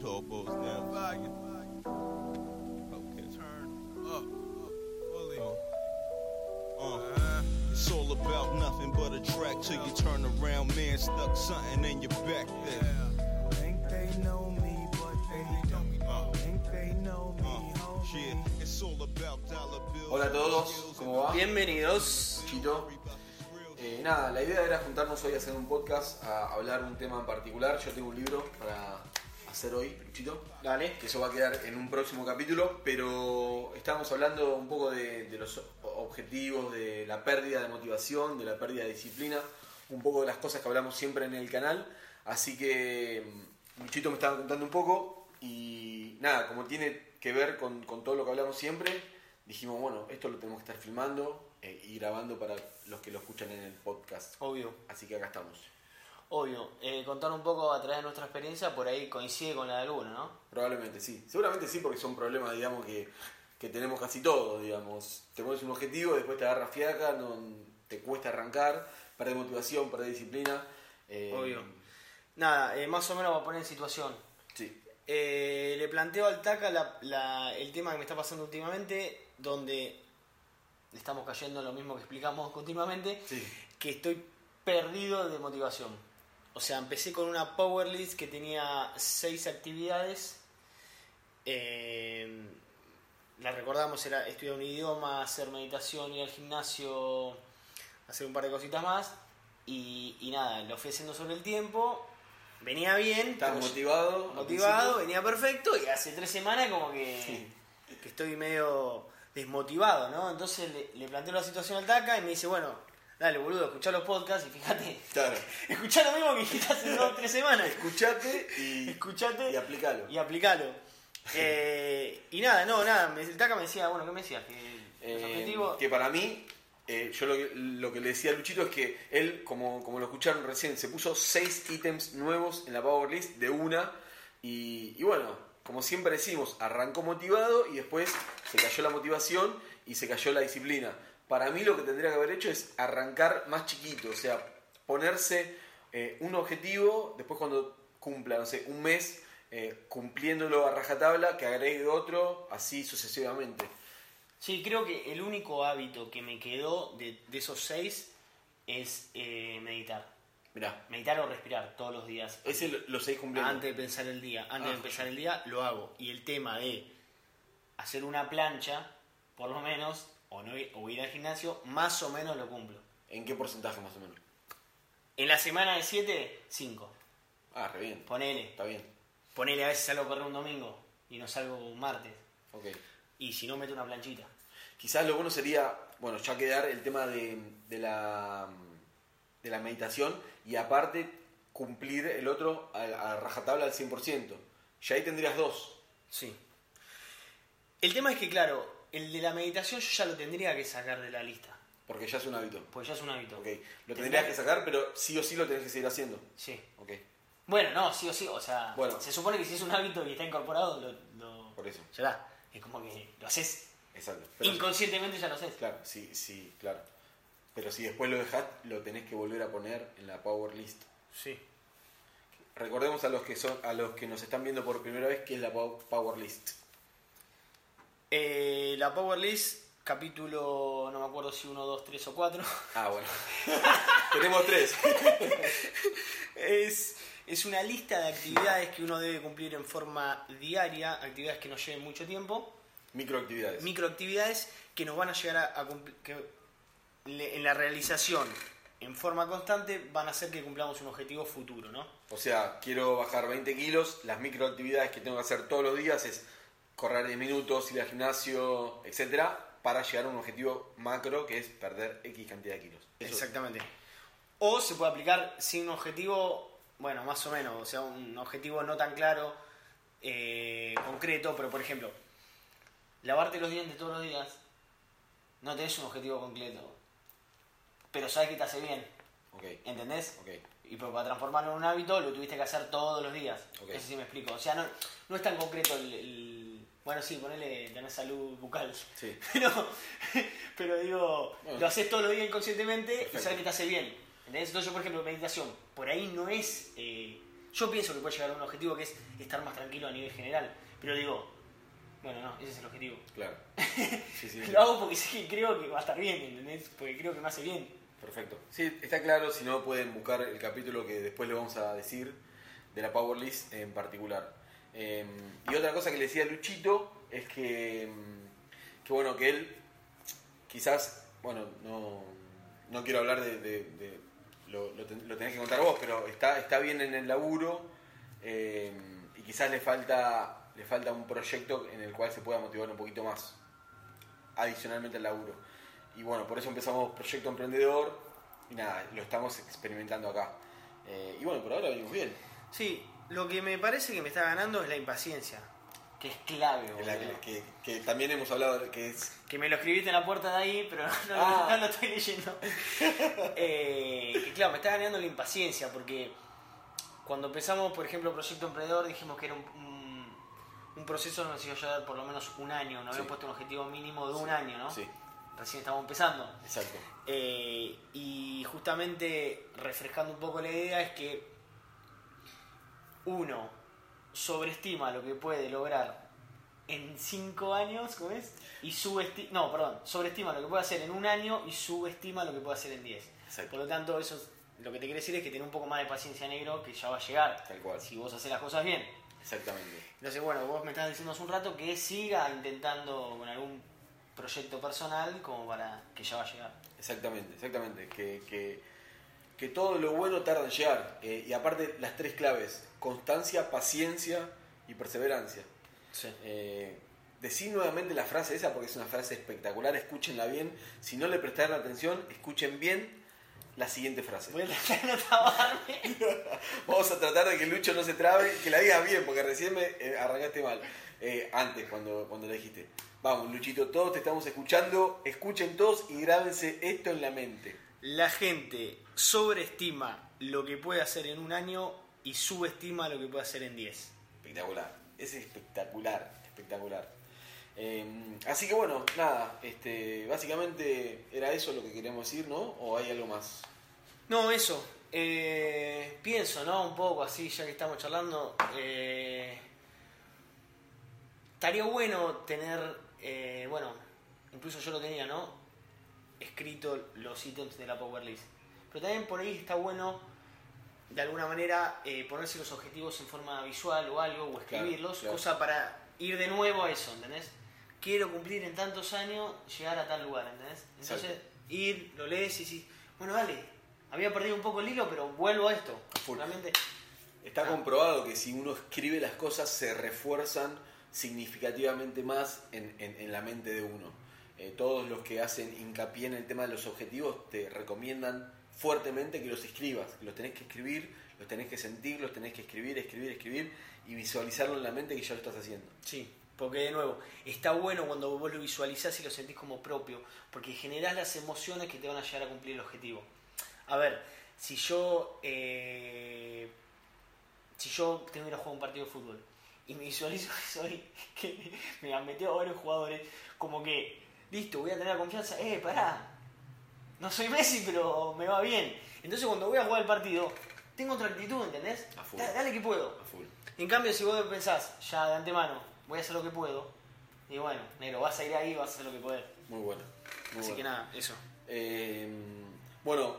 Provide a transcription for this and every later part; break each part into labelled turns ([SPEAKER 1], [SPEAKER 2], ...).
[SPEAKER 1] Topos down volume. Okay. Turn up. Fully. Uh, uh,
[SPEAKER 2] It's all about nothing but a track till you turn around, man. Stuck something in your back there.
[SPEAKER 1] yeah.
[SPEAKER 3] Think they know me, but they don't.
[SPEAKER 1] Uh,
[SPEAKER 3] Think they know me,
[SPEAKER 2] Uh,
[SPEAKER 3] homie.
[SPEAKER 2] yeah, it's all about dollar bills.
[SPEAKER 4] Hola a todos, ¿cómo va?
[SPEAKER 5] Bienvenidos.
[SPEAKER 4] Chito. Eh, nada, la idea era juntarnos hoy a hacer un podcast, a hablar un tema en particular. Yo tengo un libro para hacer hoy, Luchito.
[SPEAKER 5] Dale.
[SPEAKER 4] que eso va a quedar en un próximo capítulo, pero estábamos hablando un poco de, de los objetivos, de la pérdida de motivación, de la pérdida de disciplina, un poco de las cosas que hablamos siempre en el canal, así que mm, Luchito me estaba contando un poco y nada, como tiene que ver con, con todo lo que hablamos siempre, dijimos, bueno, esto lo tenemos que estar filmando eh, y grabando para los que lo escuchan en el podcast,
[SPEAKER 5] Obvio,
[SPEAKER 4] así que acá estamos.
[SPEAKER 5] obvio. Eh, contar un poco a través de nuestra experiencia, por ahí coincide con la de alguno, ¿no?
[SPEAKER 4] Probablemente sí. Seguramente sí, porque son problemas, digamos, que, que tenemos casi todos, digamos. Te pones un objetivo, después te agarras fiaca, no, te cuesta arrancar, perdés motivación, perdés disciplina. eh,
[SPEAKER 5] Obvio. Nada, eh, más o menos para poner en situación.
[SPEAKER 4] Sí.
[SPEAKER 5] Eh, le planteo al Taca la- la- el tema que me está pasando últimamente, donde estamos cayendo en lo mismo que explicamos continuamente,
[SPEAKER 4] Sí.
[SPEAKER 5] que estoy perdido de motivación. O sea, empecé con una power list que tenía seis actividades. Eh, la recordamos, era estudiar un idioma, hacer meditación, ir al gimnasio, hacer un par de cositas más. Y, y nada, lo fui haciendo sobre el tiempo. Venía bien.
[SPEAKER 4] Estás
[SPEAKER 5] pero-
[SPEAKER 4] motivado. al
[SPEAKER 5] motivado,
[SPEAKER 4] principio.
[SPEAKER 5] venía perfecto y hace tres semanas como que, que estoy medio desmotivado, ¿no? Entonces le, le planteo la situación al Taca y me dice, bueno, dale boludo, escuchá los podcasts y fíjate,
[SPEAKER 4] Claro.
[SPEAKER 5] escuchá lo mismo que dijiste hace dos tres semanas,
[SPEAKER 4] Escuchate y,
[SPEAKER 5] escuchate
[SPEAKER 4] y aplicalo.
[SPEAKER 5] y aplicalo. Eh, y nada, no, nada, me- el Taca me decía, bueno, ¿qué me decías? Que los
[SPEAKER 4] Eh,
[SPEAKER 5] objetivos...
[SPEAKER 4] que para mí, eh, yo lo que, lo que le decía a Luchito es que él, como, como lo escucharon recién, se puso seis ítems nuevos en la Power List de una. Y, y bueno, como siempre decimos, arrancó motivado y después se cayó la motivación y se cayó la disciplina. Para mí lo que tendría que haber hecho es arrancar más chiquito, o sea, ponerse eh, un objetivo, después cuando cumpla, no sé, un mes, eh, cumpliéndolo a rajatabla, que agregue otro, así sucesivamente.
[SPEAKER 5] Sí, creo que el único hábito que me quedó de, de esos seis es eh, meditar.
[SPEAKER 4] Mirá,
[SPEAKER 5] Meditar o respirar todos los días.
[SPEAKER 4] Ese lo- los seis cumpleaños.
[SPEAKER 5] Antes de pensar el día, antes de
[SPEAKER 4] Ah.
[SPEAKER 5] empezar el día, lo hago. Y el tema de hacer una plancha, por lo menos, o, no ir, o ir al gimnasio, más o menos lo cumplo.
[SPEAKER 4] ¿En qué porcentaje más o menos?
[SPEAKER 5] En la semana de 7, 5.
[SPEAKER 4] Ah, re bien.
[SPEAKER 5] Ponele.
[SPEAKER 4] Está bien.
[SPEAKER 5] Ponele, a veces salgo a correr un domingo y no salgo un martes.
[SPEAKER 4] Ok.
[SPEAKER 5] Y si no, meto una planchita.
[SPEAKER 4] Quizás lo bueno sería, bueno, ya quedar el tema de, de la, de la meditación y aparte cumplir el otro a, a rajatabla al 100%. Y ahí tendrías dos.
[SPEAKER 5] Sí. El tema es que, claro, el de la meditación yo ya lo tendría que sacar de la lista.
[SPEAKER 4] Porque ya es un hábito.
[SPEAKER 5] Pues ya es un hábito.
[SPEAKER 4] Ok. Lo tendrías que sacar, pero sí o sí lo tenés que seguir haciendo.
[SPEAKER 5] Sí.
[SPEAKER 4] Ok.
[SPEAKER 5] Bueno, no, sí o sí, o sea,
[SPEAKER 4] Bueno.
[SPEAKER 5] se supone que si es un hábito y está incorporado, lo, lo-
[SPEAKER 4] Por eso.
[SPEAKER 5] ya está. Es como que lo haces,
[SPEAKER 4] Exacto. Pero-
[SPEAKER 5] inconscientemente ya lo haces.
[SPEAKER 4] Claro, sí, sí, claro. Pero si después lo dejás, lo tenés que volver a poner en la Power List.
[SPEAKER 5] Sí.
[SPEAKER 4] Recordemos a los que son, a los que nos están viendo por primera vez que es la pow- Power List.
[SPEAKER 5] Eh, la Power List, capítulo, no me acuerdo si uno, dos, tres o cuatro,
[SPEAKER 4] Ah, bueno. Tenemos tres.
[SPEAKER 5] es, es una lista de actividades que uno debe cumplir en forma diaria, actividades que no lleven mucho tiempo,
[SPEAKER 4] Microactividades.
[SPEAKER 5] microactividades que nos van a llegar a, cumplir, que le- en la realización en forma constante van a hacer que cumplamos un objetivo futuro, ¿no?
[SPEAKER 4] o sea, quiero bajar 20 kilos. Las microactividades que tengo que hacer todos los días es correr 10 minutos, ir al gimnasio, etcétera, para llegar a un objetivo macro que es perder X cantidad de kilos. Eso.
[SPEAKER 5] Exactamente. O se puede aplicar sin un objetivo, bueno, más o menos, o sea, un objetivo no tan claro, eh, concreto, pero por ejemplo, lavarte los dientes todos los días, no tenés un objetivo concreto, pero sabes que te hace bien,
[SPEAKER 4] Ok,
[SPEAKER 5] ¿entendés?
[SPEAKER 4] ok.
[SPEAKER 5] Y pero para transformarlo en un hábito lo tuviste que hacer todos los días,
[SPEAKER 4] Ok.
[SPEAKER 5] eso sí me explico, o sea, no, no es tan concreto el... el- bueno, sí, ponele tener salud bucal.
[SPEAKER 4] Sí.
[SPEAKER 5] Pero, pero digo,
[SPEAKER 4] Bueno.
[SPEAKER 5] lo haces todos los días inconscientemente y
[SPEAKER 4] Perfecto.
[SPEAKER 5] sabes que te hace bien. ¿entendés? Entonces yo, por ejemplo, meditación, por ahí no es eh, Yo pienso que puede llegar a un objetivo que es estar más tranquilo a nivel general, pero digo, bueno, no, ese es el objetivo.
[SPEAKER 4] Claro. Sí, sí.
[SPEAKER 5] Lo hago porque sí que creo que va a estar bien, ¿entendés? Porque creo que me hace bien.
[SPEAKER 4] Perfecto. Sí, está claro, si no pueden buscar el capítulo que después le vamos a decir de la Power List en particular. Eh, y otra cosa que le decía Luchito es que, mm, que bueno, que él quizás, bueno, no, no quiero hablar de, de- de- lo, lo ten- lo tenés que contar vos, pero está, está bien en el laburo eh, y quizás le falta, le falta un proyecto en el cual se pueda motivar un poquito más, adicionalmente al laburo. Y bueno, por eso empezamos Proyecto Emprendedor y nada, lo estamos experimentando acá. Eh, y bueno, por ahora venimos bien.
[SPEAKER 5] Sí, lo que me parece que me está ganando es la impaciencia, que es clave.
[SPEAKER 4] Que,
[SPEAKER 5] boludo.
[SPEAKER 4] la- que- que- que también hemos hablado de que es.
[SPEAKER 5] Que me lo escribiste en la puerta de ahí, pero no, no-
[SPEAKER 4] Ah.
[SPEAKER 5] no lo estoy leyendo. Eh, que claro, me está ganando la impaciencia, porque cuando empezamos, por ejemplo, Proyecto Emprendedor, dijimos que era un, un- un proceso que nos iba a llevar por lo menos un año, nos habíamos
[SPEAKER 4] Sí.
[SPEAKER 5] puesto un objetivo mínimo de un año, ¿no?
[SPEAKER 4] Sí,
[SPEAKER 5] Recién estábamos empezando.
[SPEAKER 4] exacto.
[SPEAKER 5] Eh, y justamente refrescando un poco la idea es que uno sobreestima lo que puede lograr en cinco años, ¿cómo es? Y subestima, no, perdón, sobreestima lo que puede hacer en un año y subestima lo que puede hacer en diez.
[SPEAKER 4] Exacto.
[SPEAKER 5] Por lo tanto, eso es- lo que te quiere decir es que tener un poco más de paciencia negro que ya va a llegar.
[SPEAKER 4] Tal cual.
[SPEAKER 5] Si vos haces las cosas bien.
[SPEAKER 4] Exactamente.
[SPEAKER 5] Entonces, bueno, vos me estás diciendo hace un rato que siga intentando con algún proyecto personal como para que ya va a llegar.
[SPEAKER 4] Exactamente, exactamente. Que, que, que todo lo bueno tarda en llegar. Eh, y aparte, las tres claves: constancia, paciencia y perseverancia.
[SPEAKER 5] Sí.
[SPEAKER 4] Eh, decí nuevamente la frase esa porque es una frase espectacular. Escúchenla bien. Si no le prestaron atención, escuchen bien la siguiente frase.
[SPEAKER 5] Voy a tratar de no trabarme.
[SPEAKER 4] Vamos a tratar de que Lucho no se trabe, que la digas bien, porque recién me eh, arrancaste mal. Eh, antes, cuando, cuando le dijiste. Vamos, Luchito, todos te estamos escuchando. Escuchen todos y grábense esto en la mente.
[SPEAKER 5] La gente sobreestima lo que puede hacer en un año y subestima lo que puede hacer en 10.
[SPEAKER 4] Espectacular. Es espectacular, espectacular. Eh, así que bueno, nada, este, básicamente era eso lo que queríamos decir, ¿no? ¿O hay algo más?
[SPEAKER 5] No, eso. eh, pienso, ¿no? Un poco así, ya que estamos charlando. eh, estaría bueno tener, eh, bueno, incluso yo lo tenía, ¿no? Escrito los ítems de la Power List. Pero también por ahí está bueno, de alguna manera, eh, ponerse los objetivos en forma visual o algo, o escribirlos,
[SPEAKER 4] claro.
[SPEAKER 5] cosa para ir de nuevo a eso, ¿entendés? Quiero cumplir en tantos años, llegar a tal lugar, ¿entendés? Entonces,
[SPEAKER 4] Exacto.
[SPEAKER 5] ir, lo lees y decís, bueno, vale, había perdido un poco el hilo, pero vuelvo a esto.
[SPEAKER 4] Full.
[SPEAKER 5] Realmente, Ah.
[SPEAKER 4] Está comprobado que si uno escribe las cosas se refuerzan significativamente más en, en- en la mente de uno. Eh, todos los que hacen hincapié en el tema de los objetivos te recomiendan fuertemente que los escribas, que los tenés que escribir, los tenés que sentir, los tenés que escribir, escribir, escribir y visualizarlo en la mente que ya lo estás haciendo.
[SPEAKER 5] sí, porque de nuevo, está bueno cuando vos lo visualizás y lo sentís como propio, porque generás las emociones que te van a llegar a cumplir el objetivo. A ver, si yo, eh, si yo tengo que ir a jugar un partido de fútbol y me visualizo que soy, que me han metido varios jugadores, como que, listo, voy a tener la confianza, eh, pará, no soy Messi, pero me va bien. Entonces cuando voy a jugar el partido, tengo otra actitud, ¿entendés?
[SPEAKER 4] A full.
[SPEAKER 5] Da- dale que puedo.
[SPEAKER 4] A full.
[SPEAKER 5] En cambio, si vos pensás, ya de antemano, voy a hacer lo que puedo, y bueno, negro, vas a ir ahí, vas a hacer lo que podés.
[SPEAKER 4] Muy bueno. muy
[SPEAKER 5] Así
[SPEAKER 4] bueno.
[SPEAKER 5] que nada, eso.
[SPEAKER 4] Eh, bueno,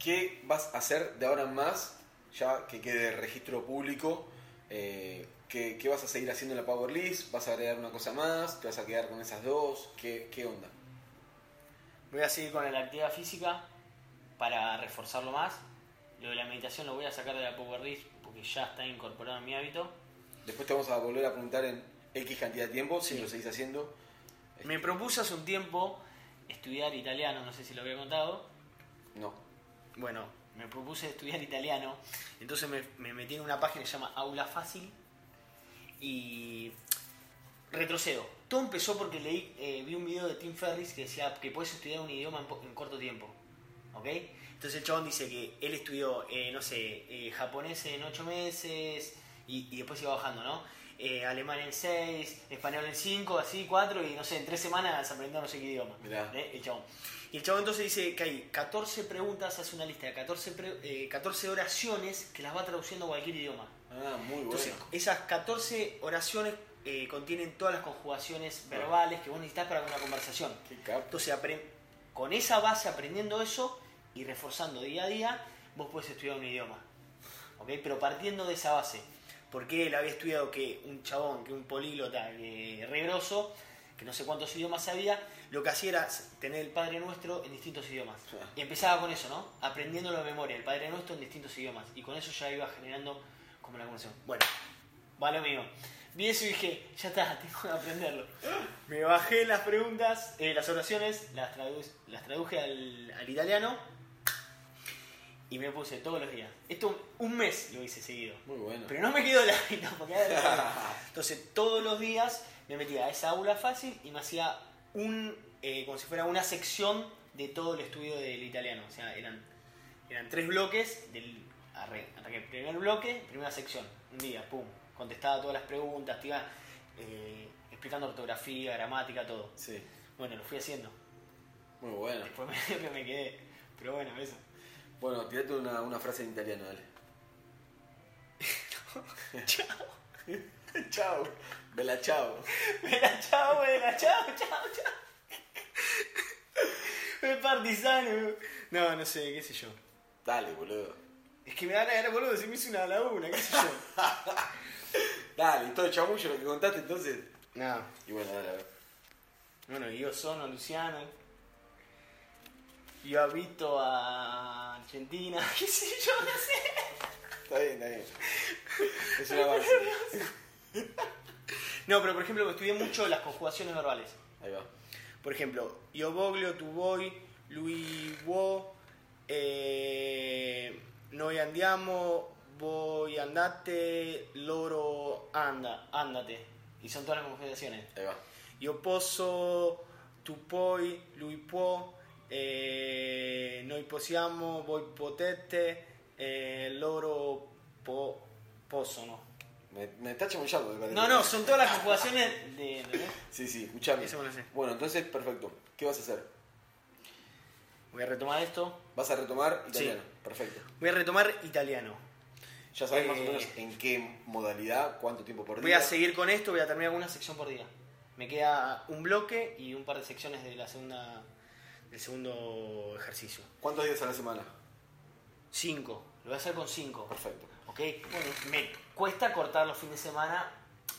[SPEAKER 4] ¿qué vas a hacer de ahora en más? Ya que quede registro público. eh, ¿qué, qué vas a seguir haciendo en la Power List? ¿Vas a agregar una cosa más? ¿Te vas a quedar con esas dos? ¿Qué, qué onda?
[SPEAKER 5] Voy a seguir con la actividad física para reforzarlo más. Lo de la meditación lo voy a sacar de la Power List porque ya está incorporado en mi hábito.
[SPEAKER 4] Después te vamos a volver a preguntar en X cantidad de tiempo si
[SPEAKER 5] Sí.
[SPEAKER 4] lo seguís haciendo.
[SPEAKER 5] Me propuse hace un tiempo estudiar italiano, no sé si lo había contado.
[SPEAKER 4] No.
[SPEAKER 5] Bueno, me propuse estudiar italiano, entonces me, me metí en una página que se llama Aula Fácil y retrocedo. Todo empezó porque leí, eh, vi un video de Tim Ferriss que decía que puedes estudiar un idioma en, po- en corto tiempo. ¿Ok? Entonces el chabón dice que él estudió, eh, no sé, eh, japonés en 8 meses, y, y después iba bajando, ¿no? Eh, alemán en 6, español en 5, así 4 y no sé, en 3 semanas aprendió no sé qué idioma.
[SPEAKER 4] Mirá.
[SPEAKER 5] ¿eh? El chabón. Y el chabón entonces dice que hay 14 preguntas, hace una lista de 14, pre- eh, 14 oraciones que las va traduciendo a cualquier idioma.
[SPEAKER 4] Ah, muy bueno.
[SPEAKER 5] Entonces, esas 14 oraciones eh, contienen todas las conjugaciones verbales que vos necesitas para una conversación.
[SPEAKER 4] Qué capo.
[SPEAKER 5] Entonces, apren- con esa base, aprendiendo eso y reforzando día a día, vos podés estudiar un idioma. ¿Ok? Pero partiendo de esa base. Porque él había estudiado que un chabón, que un políglota eh, re grosso, que no sé cuántos idiomas sabía, lo que hacía era tener el Padre Nuestro en distintos idiomas.
[SPEAKER 4] Claro.
[SPEAKER 5] Y empezaba con eso, ¿no? Aprendiendo la memoria, el Padre Nuestro en distintos idiomas. Y con eso ya iba generando como la conversación. Bueno, vale mío. Vi eso y dije, ya está, tengo que aprenderlo. Me bajé las preguntas, eh, las oraciones, las, tradu- las traduje al, al italiano y me puse todos los días. Esto un mes lo hice seguido.
[SPEAKER 4] Muy bueno.
[SPEAKER 5] Pero no me quedó el hábito, porque era- Entonces todos los días me metía a esa aula fácil y me hacía un, eh, como si fuera una sección de todo el estudio del italiano. O sea, eran, eran tres bloques, del arre- arranqué primer bloque, primera sección, un día, pum, contestaba todas las preguntas, te iba eh, explicando ortografía, gramática, todo.
[SPEAKER 4] Sí,
[SPEAKER 5] Bueno, lo fui haciendo.
[SPEAKER 4] muy bueno.
[SPEAKER 5] Después me, siempre me quedé. Pero bueno, eso.
[SPEAKER 4] Bueno, tirate una, una frase en italiano, dale. chao. chao. Bella chao.
[SPEAKER 5] Bella ciao, bella ciao, ciao, ciao. Me partisano. No, no sé, qué sé yo.
[SPEAKER 4] Dale, boludo.
[SPEAKER 5] Es que me dan a ganar, boludo, se me hizo una laguna, qué sé yo.
[SPEAKER 4] Dale, y todo el chamullo lo que contaste entonces.
[SPEAKER 5] No.
[SPEAKER 4] Y bueno, dale, a ver.
[SPEAKER 5] Bueno, yo sono Luciano. Yo habito a Argentina, qué sé yo, no sé.
[SPEAKER 4] Está bien, está bien. Es una base.
[SPEAKER 5] No, pero por ejemplo, estudié mucho las conjugaciones verbales.
[SPEAKER 4] Ahí va.
[SPEAKER 5] Por ejemplo, Yo Boglio, Tu Boy, Luis Wo, eh, Noi andiamo, Voi andate, Loro anda, andate. Y son todas las conjugaciones.
[SPEAKER 4] Ahí va.
[SPEAKER 5] Yo posso, Tu puoi, Lui può, eh, Noi possiamo, Voi potete, eh, Loro po- possono.
[SPEAKER 4] Me, me está chamullando. me
[SPEAKER 5] No,
[SPEAKER 4] parece.
[SPEAKER 5] no, son todas las conjugaciones de... ¿entendés?
[SPEAKER 4] Sí, sí, escuchame.
[SPEAKER 5] Eso me lo sé.
[SPEAKER 4] Bueno, entonces, perfecto. ¿Qué vas a hacer?
[SPEAKER 5] Voy a retomar esto.
[SPEAKER 4] Vas a retomar
[SPEAKER 5] Sí.
[SPEAKER 4] italiano. Perfecto.
[SPEAKER 5] Voy a retomar italiano.
[SPEAKER 4] Ya sabes más o
[SPEAKER 5] Eh,
[SPEAKER 4] menos en qué modalidad, cuánto tiempo por día.
[SPEAKER 5] Voy a seguir con esto, voy a terminar con una sección por día. Me queda un bloque y un par de secciones de la segunda del segundo ejercicio.
[SPEAKER 4] ¿Cuántos días a la semana?
[SPEAKER 5] Cinco. Lo voy a hacer con cinco.
[SPEAKER 4] Perfecto.
[SPEAKER 5] ¿Ok? Me cuesta cortar los fines de semana.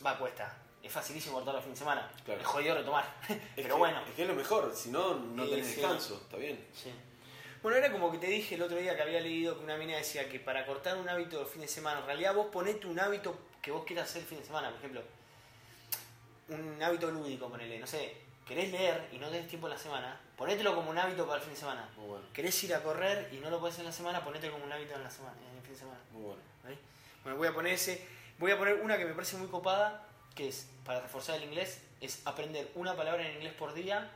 [SPEAKER 5] Va, cuesta. Es facilísimo cortar los fines de semana.
[SPEAKER 4] Claro.
[SPEAKER 5] Es jodido retomar.
[SPEAKER 4] Es
[SPEAKER 5] Pero
[SPEAKER 4] que-
[SPEAKER 5] bueno.
[SPEAKER 4] Es que es lo mejor, si no, no
[SPEAKER 5] Sí,
[SPEAKER 4] tenés
[SPEAKER 5] sí.
[SPEAKER 4] descanso, está bien.
[SPEAKER 5] Sí. Bueno, era como que te dije el otro día que había leído que una mina decía que para cortar un hábito los fines de semana, en realidad vos ponete un hábito que vos quieras hacer el fin de semana, por ejemplo. Un hábito lúdico, ponele, no sé, querés leer y no tenés tiempo en la semana, ponételo como un hábito para el fin de semana.
[SPEAKER 4] Muy bueno,
[SPEAKER 5] Querés ir a correr y no lo podés en la semana, ponételo como un hábito en, la semana, en el fin de semana.
[SPEAKER 4] muy bueno.
[SPEAKER 5] ¿Vale? Bueno, voy a poner ese. Voy a poner una que me parece muy copada, que es, para reforzar el inglés, es aprender una palabra en inglés por día,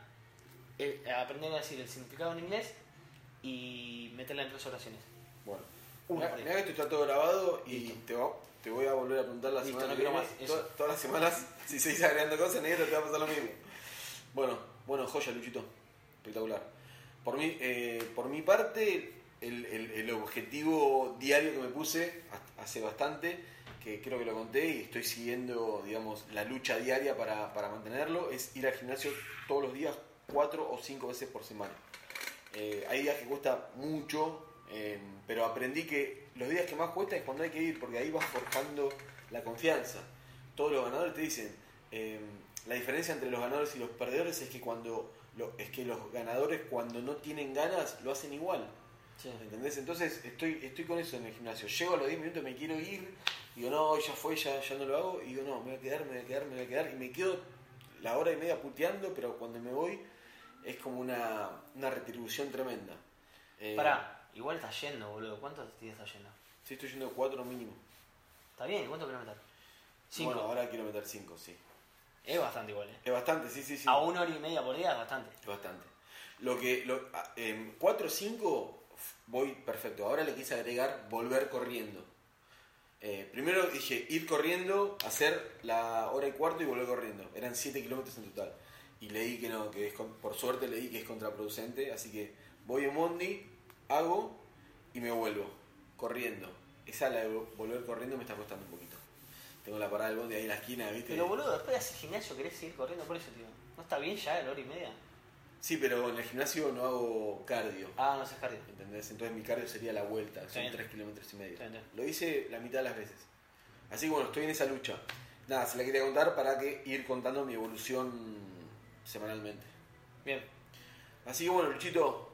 [SPEAKER 5] eh, aprender a decir el significado en inglés y meterla en tres oraciones.
[SPEAKER 4] Bueno.
[SPEAKER 5] Uno
[SPEAKER 4] Mirá
[SPEAKER 5] por ahí.
[SPEAKER 4] mirá que esto está todo grabado y te, va- te voy a volver a preguntar la
[SPEAKER 5] Listo,
[SPEAKER 4] semana
[SPEAKER 5] no
[SPEAKER 4] que
[SPEAKER 5] quiero
[SPEAKER 4] viene.
[SPEAKER 5] más,
[SPEAKER 4] Toda-
[SPEAKER 5] eso.
[SPEAKER 4] todas las semanas, si seguís agregando cosas, negro, te va a pasar lo mismo. Bueno, bueno, joya, Luchito. Espectacular. Por mi, eh, por mi parte, el, el- el objetivo diario que me puse ha- hace bastante, que creo que lo conté y estoy siguiendo, digamos, la lucha diaria para, para mantenerlo, es ir al gimnasio todos los días, cuatro o cinco veces por semana. Eh, hay días que cuesta mucho, eh, pero aprendí que los días que más cuesta es cuando hay que ir, porque ahí vas forjando la confianza. Todos los ganadores te dicen, eh, la diferencia entre los ganadores y los perdedores es que cuando lo- es que los ganadores cuando no tienen ganas lo hacen igual. ¿Entendés? Entonces estoy, estoy con eso en el gimnasio. Llego a los 10 minutos, me quiero ir. Digo, no, hoy ya fue, ya, ya no lo hago. Y digo, no, me voy a quedar, me voy a quedar, me voy a quedar. Y me quedo la hora y media puteando, pero cuando me voy es como una, una retribución tremenda. Eh,
[SPEAKER 5] Pará, igual estás yendo, boludo. ¿Cuántos días estás yendo?
[SPEAKER 4] Sí, estoy yendo 4 mínimo.
[SPEAKER 5] ¿Está bien? ¿Cuántos kilómetros? Cinco.
[SPEAKER 4] Bueno, ahora quiero meter 5, sí.
[SPEAKER 5] Es bastante igual, ¿eh?
[SPEAKER 4] Es bastante, sí, sí, sí.
[SPEAKER 5] A una hora y media por día es bastante.
[SPEAKER 4] Es bastante. Lo que, lo, a- em, 4 o 5 voy perfecto. Ahora le quise agregar volver corriendo. Eh, primero dije ir corriendo, hacer la hora y cuarto y volver corriendo. Eran 7 kilómetros en total. Y leí que no, que es con- por suerte leí que es contraproducente, así que voy en Mondi, hago y me vuelvo corriendo. Esa la de vol- volver corriendo me está costando un poquito. Tengo la parada del bondi ahí en la esquina, ¿viste?
[SPEAKER 5] Pero boludo, después de hacer gimnasio querés seguir corriendo por eso, tío. ¿No está bien ya la hora y media?
[SPEAKER 4] Sí, pero en el gimnasio no hago cardio.
[SPEAKER 5] Ah, no seas cardio.
[SPEAKER 4] ¿Entendés? Entonces mi cardio sería la vuelta, que
[SPEAKER 5] Está
[SPEAKER 4] son
[SPEAKER 5] bien.
[SPEAKER 4] 3 kilómetros y medio.
[SPEAKER 5] Está bien.
[SPEAKER 4] Lo hice la mitad de las veces. Así que bueno, estoy en esa lucha. Nada, se la quería contar para que ir contando mi evolución semanalmente.
[SPEAKER 5] Bien,
[SPEAKER 4] Así que bueno, Luchito,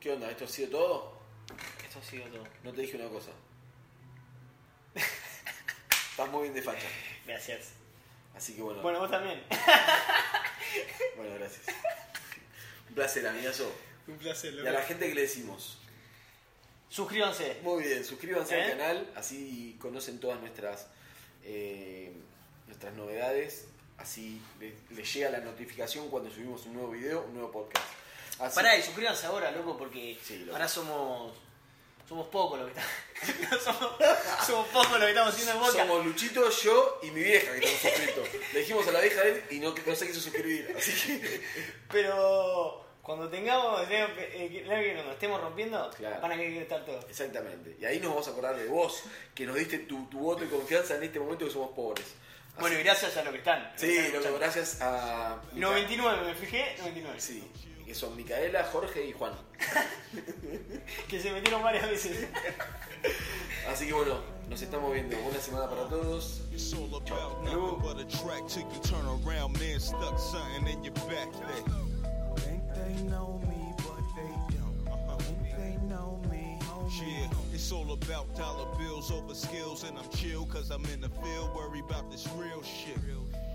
[SPEAKER 4] ¿qué onda? ¿Esto ha sido todo?
[SPEAKER 5] esto ha sido todo.
[SPEAKER 4] No te dije una cosa. Estás muy bien de facha.
[SPEAKER 5] Gracias.
[SPEAKER 4] Así que bueno, bueno,
[SPEAKER 5] Bueno, vos también.
[SPEAKER 4] gracias. Un placer, amigazo.
[SPEAKER 1] Un placer,
[SPEAKER 4] Y a la gente que le decimos.
[SPEAKER 5] Suscríbanse.
[SPEAKER 4] Muy bien, suscríbanse
[SPEAKER 5] ¿Eh?
[SPEAKER 4] al canal, así conocen todas nuestras eh, nuestras novedades, así les, les llega la notificación cuando subimos un nuevo video, un nuevo podcast. Así,
[SPEAKER 5] Pará, y suscríbanse ahora, loco, porque
[SPEAKER 4] Sí, loco.
[SPEAKER 5] ahora somos. Somos pocos los que estamos. no, somos, somos pocos los que estamos haciendo el podcast.
[SPEAKER 4] somos Luchito, yo y mi vieja que estamos suscritos. Le dijimos a la vieja de él y no, no se quiso suscribir, así que
[SPEAKER 5] Pero cuando tengamos. eh, eh, que- claro que cuando estemos rompiendo,
[SPEAKER 4] Claro.
[SPEAKER 5] van a querer estar todos.
[SPEAKER 4] exactamente. Y ahí nos vamos a acordar de vos, que nos diste tu, tu voto y confianza en este momento que somos pobres. Así-
[SPEAKER 5] Bueno, y gracias a los que están. los que
[SPEAKER 4] sí,
[SPEAKER 5] están
[SPEAKER 4] loco,
[SPEAKER 5] escuchando.
[SPEAKER 4] gracias a
[SPEAKER 5] 99, me fijé, 99.
[SPEAKER 4] sí, que son Micaela, Jorge y Juan.
[SPEAKER 5] Que se metieron varias veces.
[SPEAKER 4] Así que bueno, nos estamos viendo. Buena semana para todos.
[SPEAKER 2] It's all about nothing but a track till you turn around, man. Stuck something in your back. That
[SPEAKER 3] Think they know me, but they don't. Think they know me, homie.
[SPEAKER 2] Uh-huh. Yeah, it's all about dollar bills over skills, and I'm chill, cause I'm in the field, worry about this real shit. Uh-huh.